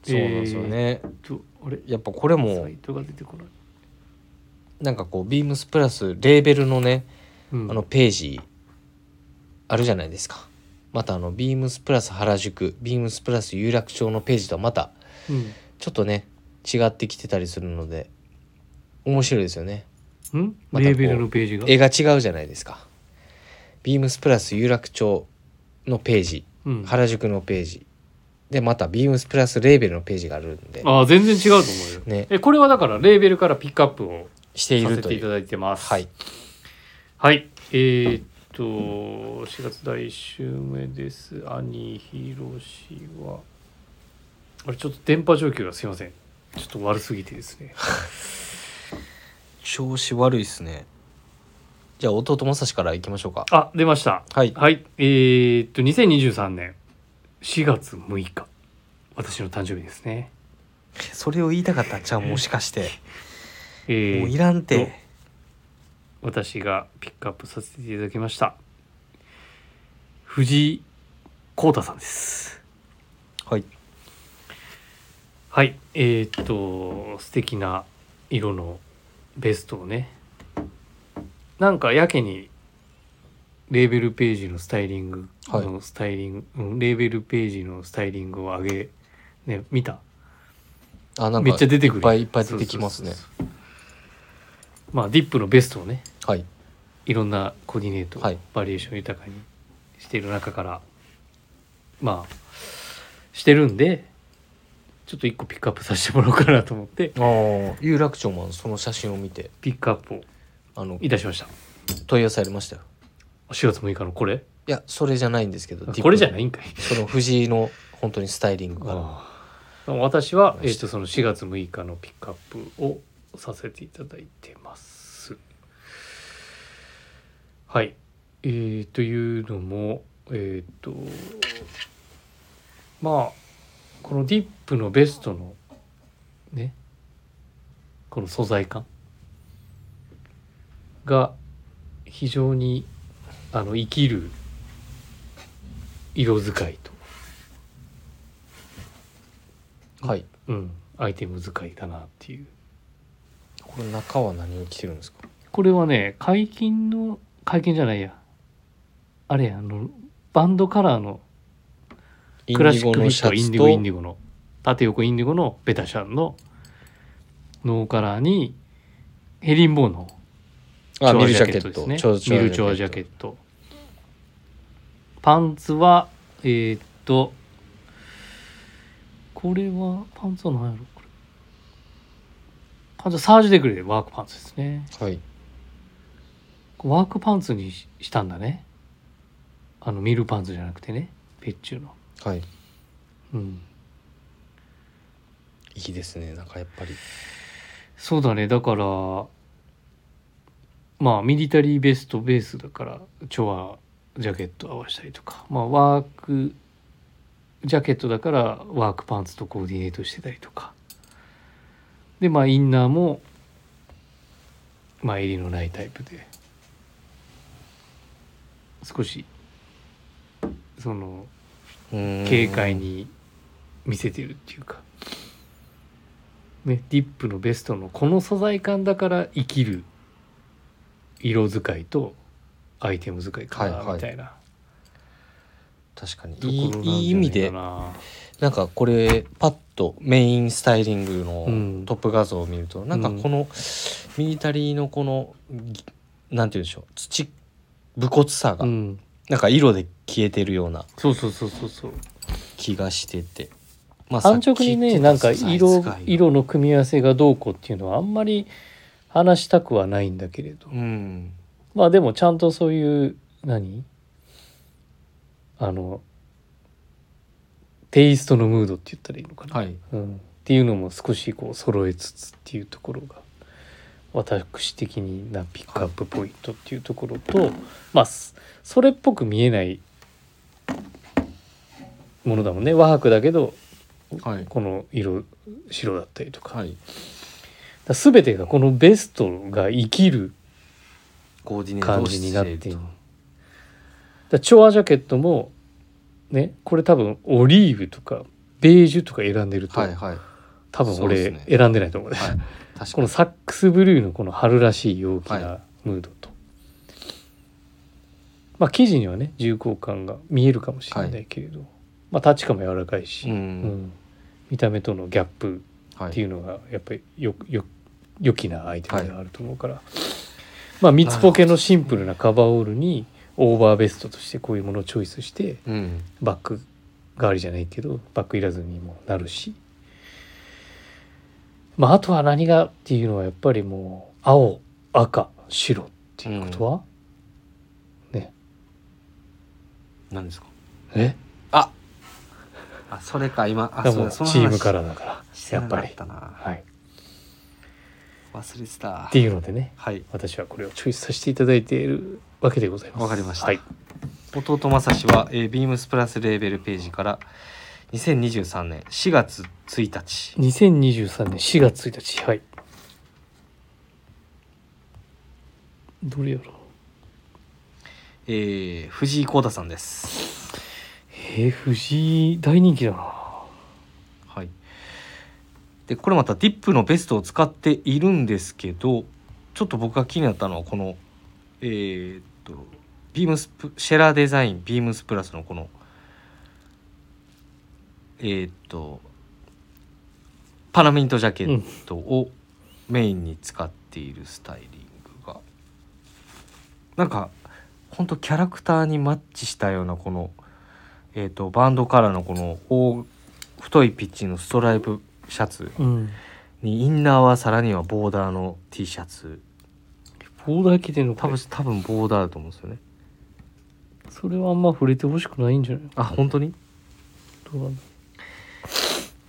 S1: そうなんですよね、
S2: ちょあれ
S1: やっぱこれも
S2: サイトが出てこない、
S1: なんかこうビームスプラスレーベルのね、
S2: うん、
S1: あのページあるじゃないですかまたあのビームスプラス原宿ビームスプラス有楽町のページとはまた
S2: う
S1: ちょっとね違ってきてたりするので面白いですよね
S2: ん、ん
S1: またこう
S2: レーベルのページが
S1: 絵が違うじゃないですかビームスプラス有楽町のページ
S2: うん、あ
S1: 原宿のページでまたビームスプラスレーベルのページがあるんで
S2: ー全然違うと思うよ、
S1: ね
S2: えこれはだからレーベルからピックアップを
S1: してい
S2: さ
S1: る
S2: せ
S1: と
S2: て
S1: い
S2: いた
S1: う
S2: だいてます
S1: はい
S2: はいえー、っと4月第1週目です兄ひろしはあれちょっと電波状況がすいませんちょっと悪すぎてですね
S1: 調子悪いっすねじゃあ弟まさしからいきましょうか
S2: あ出ました
S1: はい
S2: はいえー、っと2023年4月6日私の誕生日ですね
S1: それを言いたかったんちゃうもしか して
S2: えー
S1: もういらんて
S2: 私がピックアップさせていただきました藤井耕太さんです
S1: はい
S2: はいえーっと素敵な色のベストをねなんかやけにレーベルページのスタイリング
S1: はい
S2: のスタイリング、うんレーベルページのスタイリングを上げね見た
S1: あなんか
S2: めっちゃ出てくる
S1: いっぱいいっぱい出てきますね
S2: そうそうそうそうまあディップのベストをね
S1: はい
S2: いろんなコーディネート、
S1: はい
S2: バリエーション豊かにしている中からまあしてるんでちょっと一個ピックアップさせてもらおうかなと思って
S1: ああ有楽町もその写真を見て
S2: ピックアップを
S1: あの
S2: いたしました
S1: 問い合わせありましたよ
S2: 4月6日のこれ
S1: いやそれじゃないんですけど
S2: これじゃないいんかい
S1: その藤井の本当にスタイリングから
S2: 私は、えー、とその4月6日のピックアップをさせていただいてます。はい、えー、というのもえっ、とまあこのディップのベストのねこの素材感が非常にあの生きる色使いと
S1: はい
S2: うん、アイテム使いだなっていう
S1: これ中は何を着てるんですか
S2: これはね解禁の解禁じゃないやあれやあのバンドカラーの
S1: インデ
S2: クラシ
S1: ィ
S2: ッ
S1: ゴ
S2: クビ
S1: の
S2: ッ
S1: シ
S2: トイン
S1: ャツ
S2: ディゴイン
S1: と
S2: ディゴの縦横インディゴのベタシャンのノーカラーにヘリンボーンの
S1: あ
S2: 調
S1: ミル
S2: 和ジ
S1: ジ
S2: ャ
S1: ャ
S2: ケ
S1: ケ
S2: ット
S1: ッ
S2: です
S1: ト
S2: ね
S1: 調
S2: ミルチョアジャケットパンツはえーっとこれはパンツは何やろこれパンツはサージュデグレでワークパンツですね
S1: トはい
S2: ワークパンツにししたんだねあのミルパンツじゃなくてね別注の
S1: はい
S2: うん
S1: いいですねなんかやっぱり
S2: そうだねだからまあミリタリーベストベースだからチョアジャケット合わせたりとか、まあ、ワークジャケットだからワークパンツとコーディネートしてたりとかでまあインナーも、まあ、襟のないタイプで少しその軽快に見せてるっていうか、ね、ディップのベストのこの素材感だから生きる色使いとアイテム使いか
S1: はい
S2: な
S1: はい
S2: みたいな
S1: 確かに
S2: ところ
S1: い
S2: なんじゃないかな、
S1: いいい意味でなんかこれパッとメインスタイリング
S2: う
S1: の
S2: ん
S1: トップ画像を見ると、なんかこのミリタリーのこのぎなんて言うんでしょう土武骨さが、
S2: うん、
S1: なんか色で消えてるような
S2: そうそうそうそうそう
S1: 気がしてて、ま
S2: 安直にねなんか色
S1: 色
S2: 色の組み合わせがどうこうっていうのはあんまり話したくはないんだけれど
S1: うん
S2: まあでもちゃんとそういう何あのテイストのムードって言ったらいいのかな、
S1: はい
S2: うん、っていうのも少しこう揃えつつっていうところが私的になピックアップポイントっていうところと、まあすそれっぽく見えないものだもんね和白だけど
S1: はい
S2: この色白だったりとか,、
S1: はい
S2: 全てがこのベストが生きる
S1: コーディネート
S2: 感
S1: を
S2: じに
S1: し
S2: なってて
S1: い
S2: い
S1: ると
S2: るだからチョアジャケットもねこれ多分オリーブとかベージュとか選んでると、
S1: はいはい
S2: 多分
S1: そうです
S2: 俺
S1: ね
S2: 選んでないと思うね、
S1: はい確か
S2: この
S1: に
S2: サックスブルーのこの春らしい陽気
S1: は
S2: なムードと、まあ生地にはね重厚感が見えるかもしれないけれど、まあタッチ感も柔らかいし、
S1: うん
S2: うん見た目とのギャップ
S1: は
S2: ってい
S1: いう
S2: のがやっぱりよよ良きなアイテムではあると思うから、まあ三つポケのシンプルなカバーオールにオーバーベストとしてこういうものをチョイスして
S1: うん
S2: バック代わりじゃないけどバックいらずにもなるし、まあ、あとは何がっていうのはやっぱりもう青赤白っていうことは、
S1: 何ですか
S2: え
S1: ああそれか今あそ
S2: だから
S1: う
S2: もう
S1: だそ
S2: チ
S1: の話
S2: ームカラーだから
S1: して
S2: や
S1: な
S2: っ
S1: か
S2: ぱ
S1: っ
S2: り、
S1: たな
S2: はい、
S1: 忘れてた
S2: っていうのでね
S1: はい
S2: 私はこれをチョイスさせていただいているわけでございます。
S1: わかりました
S2: はい
S1: 弟正志は、えー、ビームスプラスレーベルページから2023年4月1日
S2: 2023年4月1日はいどれやろう
S1: えー藤井耕太さんです
S2: えー、藤井大人気だな
S1: はいでこれまたディップのベストを使っているんですけどちょっと僕が気になったのはこのえーっとビームスプシェラーデザインビームスプラスのこのえーっとパラミントジャケットをメインに使っているスタイリングが、なんかほんとキャラクターにマッチしたようなこのえーっとバンドカラーのこの大太いピッチのストライプシャツ
S2: うん
S1: にインナーはさらにはボーダーの T シャツ
S2: ボーダー着てんの
S1: 多
S2: か
S1: 分多分ボーダーだと思うんですよね
S2: それはあんま触れてほしくないんじゃない
S1: あ本当に
S2: どうなんだ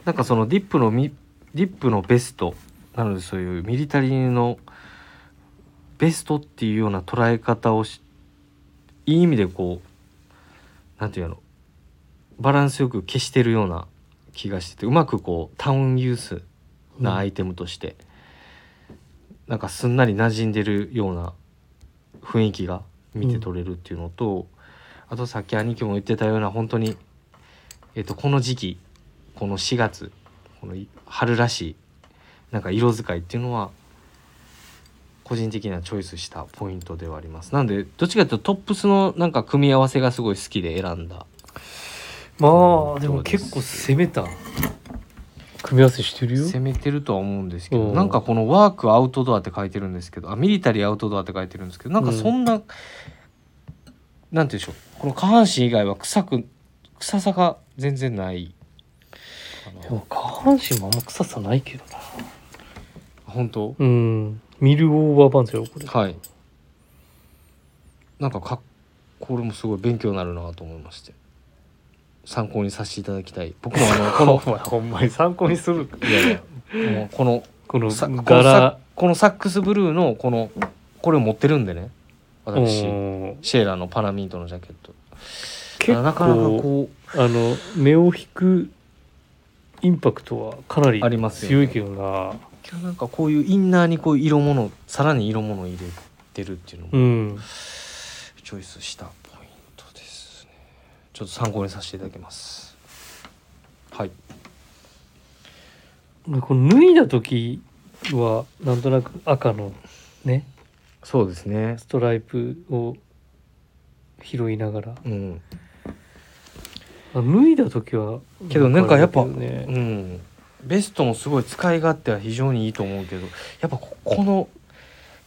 S1: なんかそのディップのミディップのベストなのでそういうミリタリーのベストっていうような捉え方をしいい意味でこうなんていうのバランスよく消してるような気がしててうまくこうタウンユースなアイテムとして、なんかすんなり馴染んでるような雰囲気が見て取れるっていうのと、あとさっき兄貴も言ってたような本当に、えっとこの時期この4月このい春らしいなんか色使いっていうのは個人的にはチョイスしたポイントではありますなんでどっちかというとトップスのなんか組み合わせがすごい好きで選んだ
S2: ま
S1: うん
S2: あで
S1: そう
S2: も
S1: です
S2: 結構攻めた組み合わせしてるよ
S1: 攻めてるとは思うんですけど
S2: うん
S1: なんかこのワークアウトドアって書いてるんですけどあミリタリーアウトドアって書いてるんですけどなんかそんな、なんて言うんでしょうこの下半身以外は臭く臭さが全然ないかな
S2: でも下半身もあんま臭さないけどな
S1: 本当
S2: うんミルオーバーパンツよこれ
S1: はいなんかかっこれもすごい勉強になるなと思いまして参 考にさせていただきたい僕もあのこ
S2: この
S1: の
S2: お前ほんまに参考にする
S1: いやいやもうこの
S2: この
S1: さこの
S2: 柄
S1: さこのサックスブルーのこのこれを持ってるんでね私
S2: うん
S1: シェーラーのパラミントのジャケット
S2: 結構
S1: なかなかこう
S2: あの目を引くインパクトはかなり
S1: ありますよ
S2: 強
S1: ね
S2: いけどな、
S1: いやなんかこういうインナーにこう色物さらに色物を入れてるっていうの
S2: う
S1: も
S2: ん
S1: チョイスしたポイントですねちょっと参考にさせていただきますはい
S2: この脱いだ時はなんとなく赤のね
S1: そうですね
S2: ストライプを拾いながら
S1: うん
S2: あ脱いだ時は
S1: けどなんかやっぱ
S2: あれだけど
S1: う
S2: ね
S1: んベストもすごい使い勝手は非常にいいと思うけどやっぱここの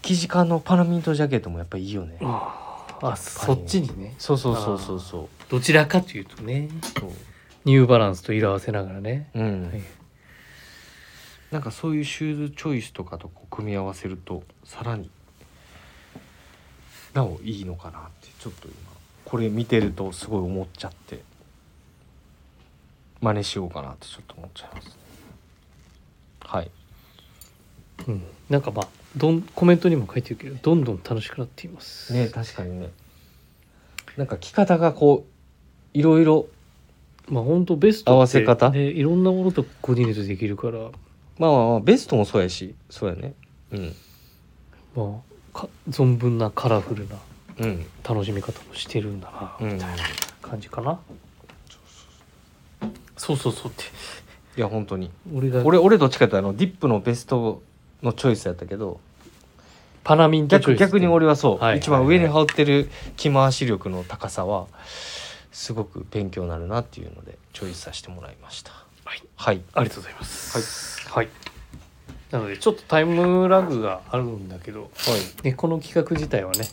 S1: 生地感のパラミントジャケットもやっぱいいよね
S2: ああそっちにね
S1: そうそうそうそうそ
S2: どちらかというとね
S1: うそう
S2: ニューバランスと色合わせながらね、
S1: うん、
S2: はい
S1: なんかそういうシューズチョイスとかとこう組み合わせるとさらになおいいのかなってちょっと今これ見てるとすごい思っちゃって真似しようかなってちょっと思っちゃいますねはい
S2: うん、なんかまあどんコメントにも書いてるけどどんどん楽しくなっています
S1: ね確かにねなんか着方がこういろいろ
S2: まあ本当ベストって
S1: 合わせ方
S2: ねいろんなものとコーディネートできるから
S1: まあまあまあベストもそうやしそうやねうん
S2: まあか存分なカラフルな
S1: うん
S2: 楽しみ方もしてるんだな、
S1: うん
S2: みたいな感じかなそうそうそうって
S1: いや本当に
S2: 俺が
S1: 俺俺どっちかっていうとあのディップのベストのチョイスやったけど
S2: パナミントチョ
S1: 逆
S2: イスで
S1: 逆に俺はそう、
S2: はい
S1: 一番上に羽織ってる着回し力の高さはすごく勉強になるなっていうのでチョイスさせてもらいました
S2: はい
S1: はい
S2: ありがとうございますはい、なのでちょっとタイムラグがあるんだけど、ね、この企画自体はね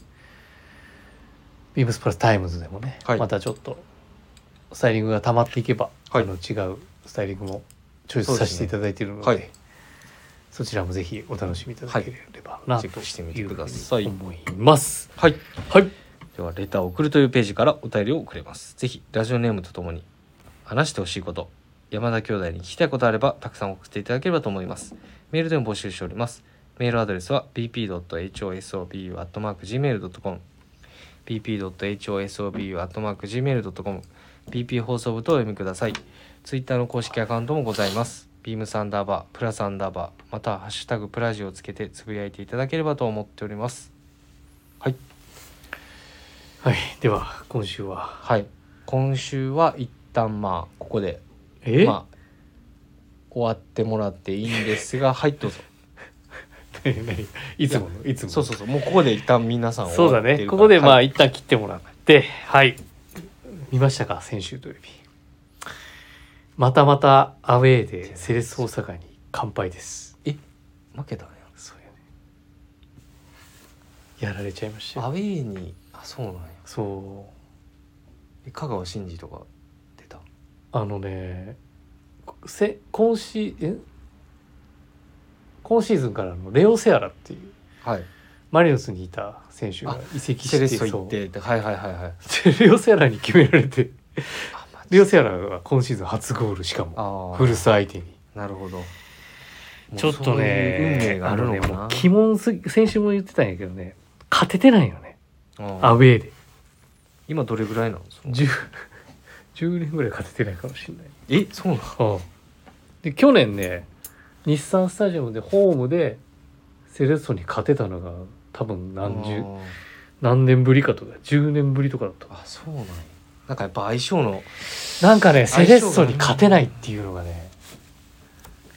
S2: ビームスプラスタイムズでもね、
S1: はい
S2: またちょっとスタイリングが溜まっていけば、
S1: はい
S2: あの違うスタイリングもチョイスさせていただいているのでそ
S1: そうですね
S2: ちらもぜひお楽しみいただければな
S1: はい
S2: と
S1: チェックしてみ
S2: い
S1: て
S2: うふ
S1: く
S2: う
S1: ださい
S2: に思います。
S1: はい
S2: はい、
S1: ではレターを送るというページからお便りを送れますぜひラジオネームとともに話してほしいこと山田兄弟に聞きたいことあればたくさん送っていただければと思いますメールでも募集しておりますメールアドレスは bp.hosobu.gmail.com bp.hosobu.gmail.com bp 放送部とお読みくださいツイッターの公式アカウントもございますビームサンダーバープラサンダーバーまたはハッシュタグプラジをつけてつぶやいていただければと思っておりますはい
S2: はい、では今週は
S1: はい今週は一旦まあここで
S2: え、
S1: まあ終わってもらっていいんです がはいどうぞ
S2: 何何いつものいつもの
S1: そうそうそうもうここで一旦皆さん
S2: そうだねここでまあ一旦切ってもらってはい見ましたか先週土曜日またまたアウェーでセレッソ大阪に乾杯です
S1: あ負けたね
S2: そうよねやられちゃいました
S1: ア
S2: よ
S1: ウェーにあそうなんや
S2: そ
S1: え香川真司とか出た
S2: うあのねせ今シーえ今シーズンからのレオ・セアラっていう
S1: はい
S2: マリノスにいた選手が
S1: あ
S2: 移籍して
S1: セレッソ
S2: そ
S1: 行
S2: う
S1: ってってはいはいはいはい
S2: レオ・セアラに決められて
S1: あマジ
S2: レオ・セアラが今シーズン初ゴールしかも
S1: ああ
S2: 古巣相手に
S1: なるほどもう
S2: ちょっ
S1: そ
S2: とね
S1: ういう運命があるのか
S2: のねも
S1: な
S2: う鬼門すぎ先週も言ってたんやけどね勝ててないよね
S1: うん
S2: アウェーで
S1: 今どれぐらいなのその
S2: 10, 10年ぐらい勝ててないかもしれない、
S1: えそうなの
S2: で去年ね日産スタジアムでホームでセレッソに勝てたのが多分何十何年ぶりかとか10年ぶりとかだった
S1: あーあそうなんやなんかやっぱ相性の
S2: なんかねセ
S1: 相性
S2: レ
S1: が
S2: ッソに勝てないっていうのがね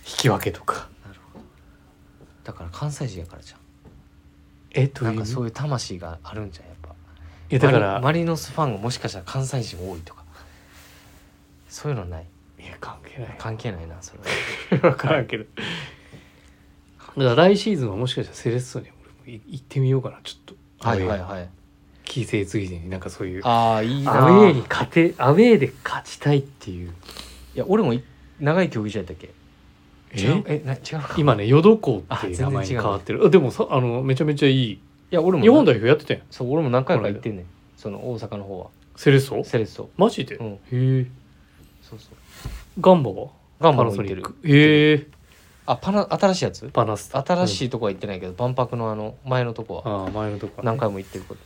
S2: 引き分けとか
S1: なるほどだから関西人やからじゃん
S2: えっと
S1: なんかそう
S2: い
S1: いう魂があるんじゃんやっぱ
S2: やだから
S1: マリマリノスファンがもしかしたら関西人多いとかそういうのない
S2: いや関係ない
S1: 関係ないなそれは
S2: 分からんけどだから来シーズンはもしかしたらセレッソに俺も行ってみようかなちょっと
S1: はいはい
S2: アウェー
S1: はい
S2: 帰省ついでになんかそういうア
S1: ああいいな
S2: ウェー
S1: い
S2: に勝てアウェーで勝ちたいっていう
S1: や俺もい長い競技場やったっけ違う
S2: え
S1: えな違うかい
S2: 今ね淀港っ
S1: あ
S2: てい
S1: 全
S2: う
S1: 然
S2: 名前に
S1: 違う
S2: 変わってるあでもさあのめちゃめちゃいい
S1: や俺も
S2: 日本代表やってたやん
S1: そう俺も何回か行ってんねんその大阪の方は
S2: セレッソ
S1: セレッソ
S2: マジで、
S1: うん
S2: へえ
S1: そうそう
S2: ガンバは
S1: ガン
S2: パ
S1: バ
S2: ナ
S1: も行っ
S2: ソニ
S1: て
S2: ッ
S1: る
S2: クへえ
S1: あパナ新しいやつ
S2: パナスタ
S1: 新し
S2: い、
S1: いとこは行ってないけど、万博のあの前のとこは
S2: ああ前のとこはね
S1: 何回も行ってること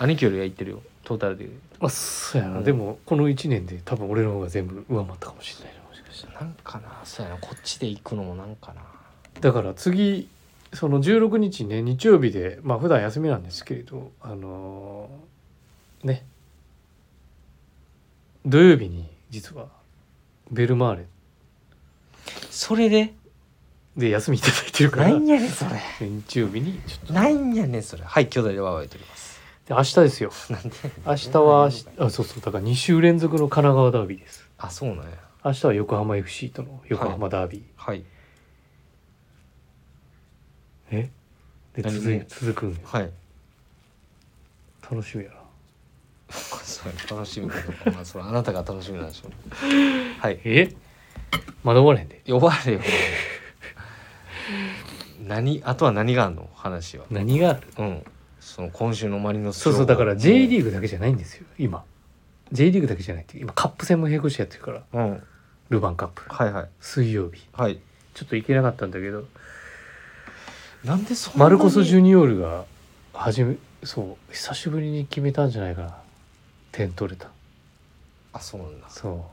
S1: 兄貴よりは行ってるよトータルで
S2: まあそうやな、
S1: うん
S2: でもこの1年で多分俺の方が全部上回ったかもしれないなもしかしたら
S1: なんかなそうやなこっちで行くのもなんかな
S2: だから次その16日ね日曜日でまあ普段休みなんですけれどあのーね土曜日に実はベルマーレ
S1: それで
S2: で休みいただいてるか
S1: な
S2: ら
S1: いんやねんそれ
S2: 日曜日にちょっと
S1: ないんやねんそれはい兄弟でわーわー言っております
S2: で明日ですよ
S1: なんで
S2: 明日はしあそうそうだから2週連続の神奈川ダービーです
S1: あそうなんや
S2: 明日は横浜 FC との横浜ダービー、
S1: はい
S2: えで
S1: 何
S2: 続い続くんよ
S1: はい
S2: 楽しみやな
S1: それ楽しみだとまあそれあなたが楽しみなんで しょうはい
S2: えまだ終わらへんで
S1: 呼ばれよ何あとは何があんの話は
S2: 何がある
S1: うんその今週のマリノス
S2: そうそうだから J
S1: ー
S2: リーグだけじゃないんですよ今 J リーグだけじゃないっていう今カップ戦も並行してやってるから
S1: グうん
S2: ルヴァンカップ
S1: はいはい
S2: 水曜日
S1: はい
S2: ちょっと行けなかったんだけど
S1: なんでそんな
S2: マ
S1: に
S2: ルコス・ジュニオールが初めそう久しぶりに決めたんじゃないかな点取れた
S1: あそうなんだ
S2: そ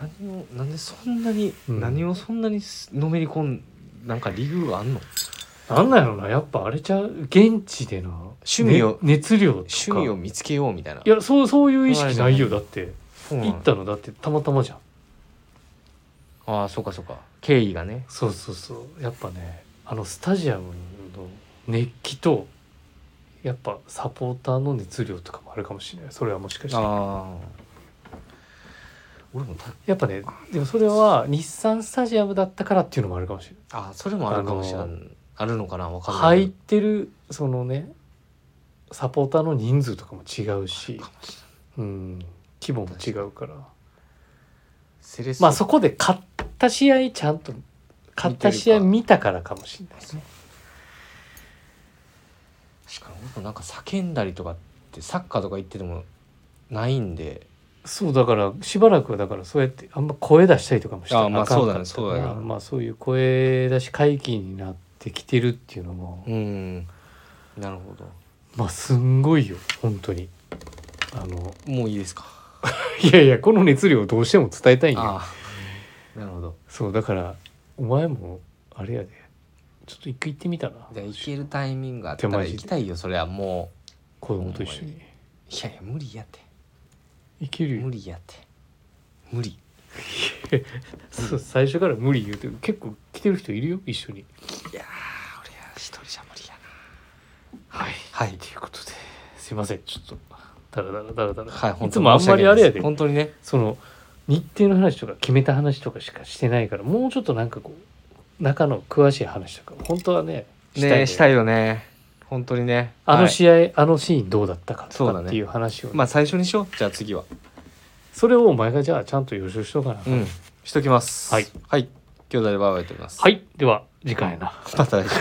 S1: 何をなんでそんなに、
S2: うん
S1: 何をそんなにすのめり込んなんか理由があんの
S2: うなんなんやろなやっぱあれちゃう現地での
S1: 趣味を
S2: ね熱量とか
S1: 趣味を見つけようみたいない
S2: やそうそういう意識ないよだって
S1: そうなん
S2: 行ったのだってたまたまじゃん
S1: ああそうかそうか経緯がね
S2: そうそうそうやっぱねあのスタジアムの熱気とやっぱサポーターの熱量とかもあるかもしれないそれはもしかして
S1: ああ俺もた
S2: やっぱねでもそれは日産スタジアムだったからっていうのもあるかもしれない
S1: あーそれもあるかもしれない、
S2: あの
S1: あるのかなわかんない
S2: 入ってるそのねサポーターの人数とかも違うし
S1: かもしれない
S2: うん規模も違うから
S1: セレッソ
S2: まあそこで勝った試合ちゃんと勝った試合見たからかもしれないですね
S1: 確かに俺もなんか叫んだりとかってサッカーとか行っててもないんで
S2: そうだからしばらくはだからそうやってあんま声出したりとかもして
S1: あまあ
S2: かん
S1: そうだね
S2: かったか
S1: そ
S2: ら
S1: うだよ
S2: まあそういう声出し解禁になってきてるっていうのも、
S1: うんなるほど
S2: まあすんごいよ本当にあの
S1: もういいですか
S2: いやいやこの熱量をどうしても伝えたいんよ
S1: ああ なるほど
S2: そうだからお前もあれやでちょっと一回行ってみたら
S1: じゃあ行けるタイミングがあった
S2: 手
S1: ら
S2: 前
S1: 行きたいよそれはも
S2: 子供と一緒
S1: ほん
S2: に
S1: ういやいや無理やって
S2: 行けるよ
S1: 無理やって無理
S2: そう最初から無理言うて結構来てる人いるよ一緒に
S1: いやー俺は一人じゃ無理やな
S2: はい
S1: はい
S2: ということですいませんちょっとだらだらだらだら、
S1: はい
S2: いつもあんまりあれやで
S1: 本当にね
S2: その日程の話とか決めた話とかしかしてないからもうちょっとなんかこう中の詳しい話とか本当はねしたいね
S1: ねしたいよね本当にね
S2: あ
S1: は
S2: の
S1: い
S2: 試合、あのシーンどうだったか
S1: そ
S2: と
S1: うだ
S2: か
S1: ね
S2: っていう話をね、
S1: まあ最初にしようじゃあ次は
S2: それをお前がじゃあちゃんと予習しとかな、
S1: うんしときます
S2: はい
S1: はい兄弟でバイバイやっております
S2: はいでは次回やな
S1: また来週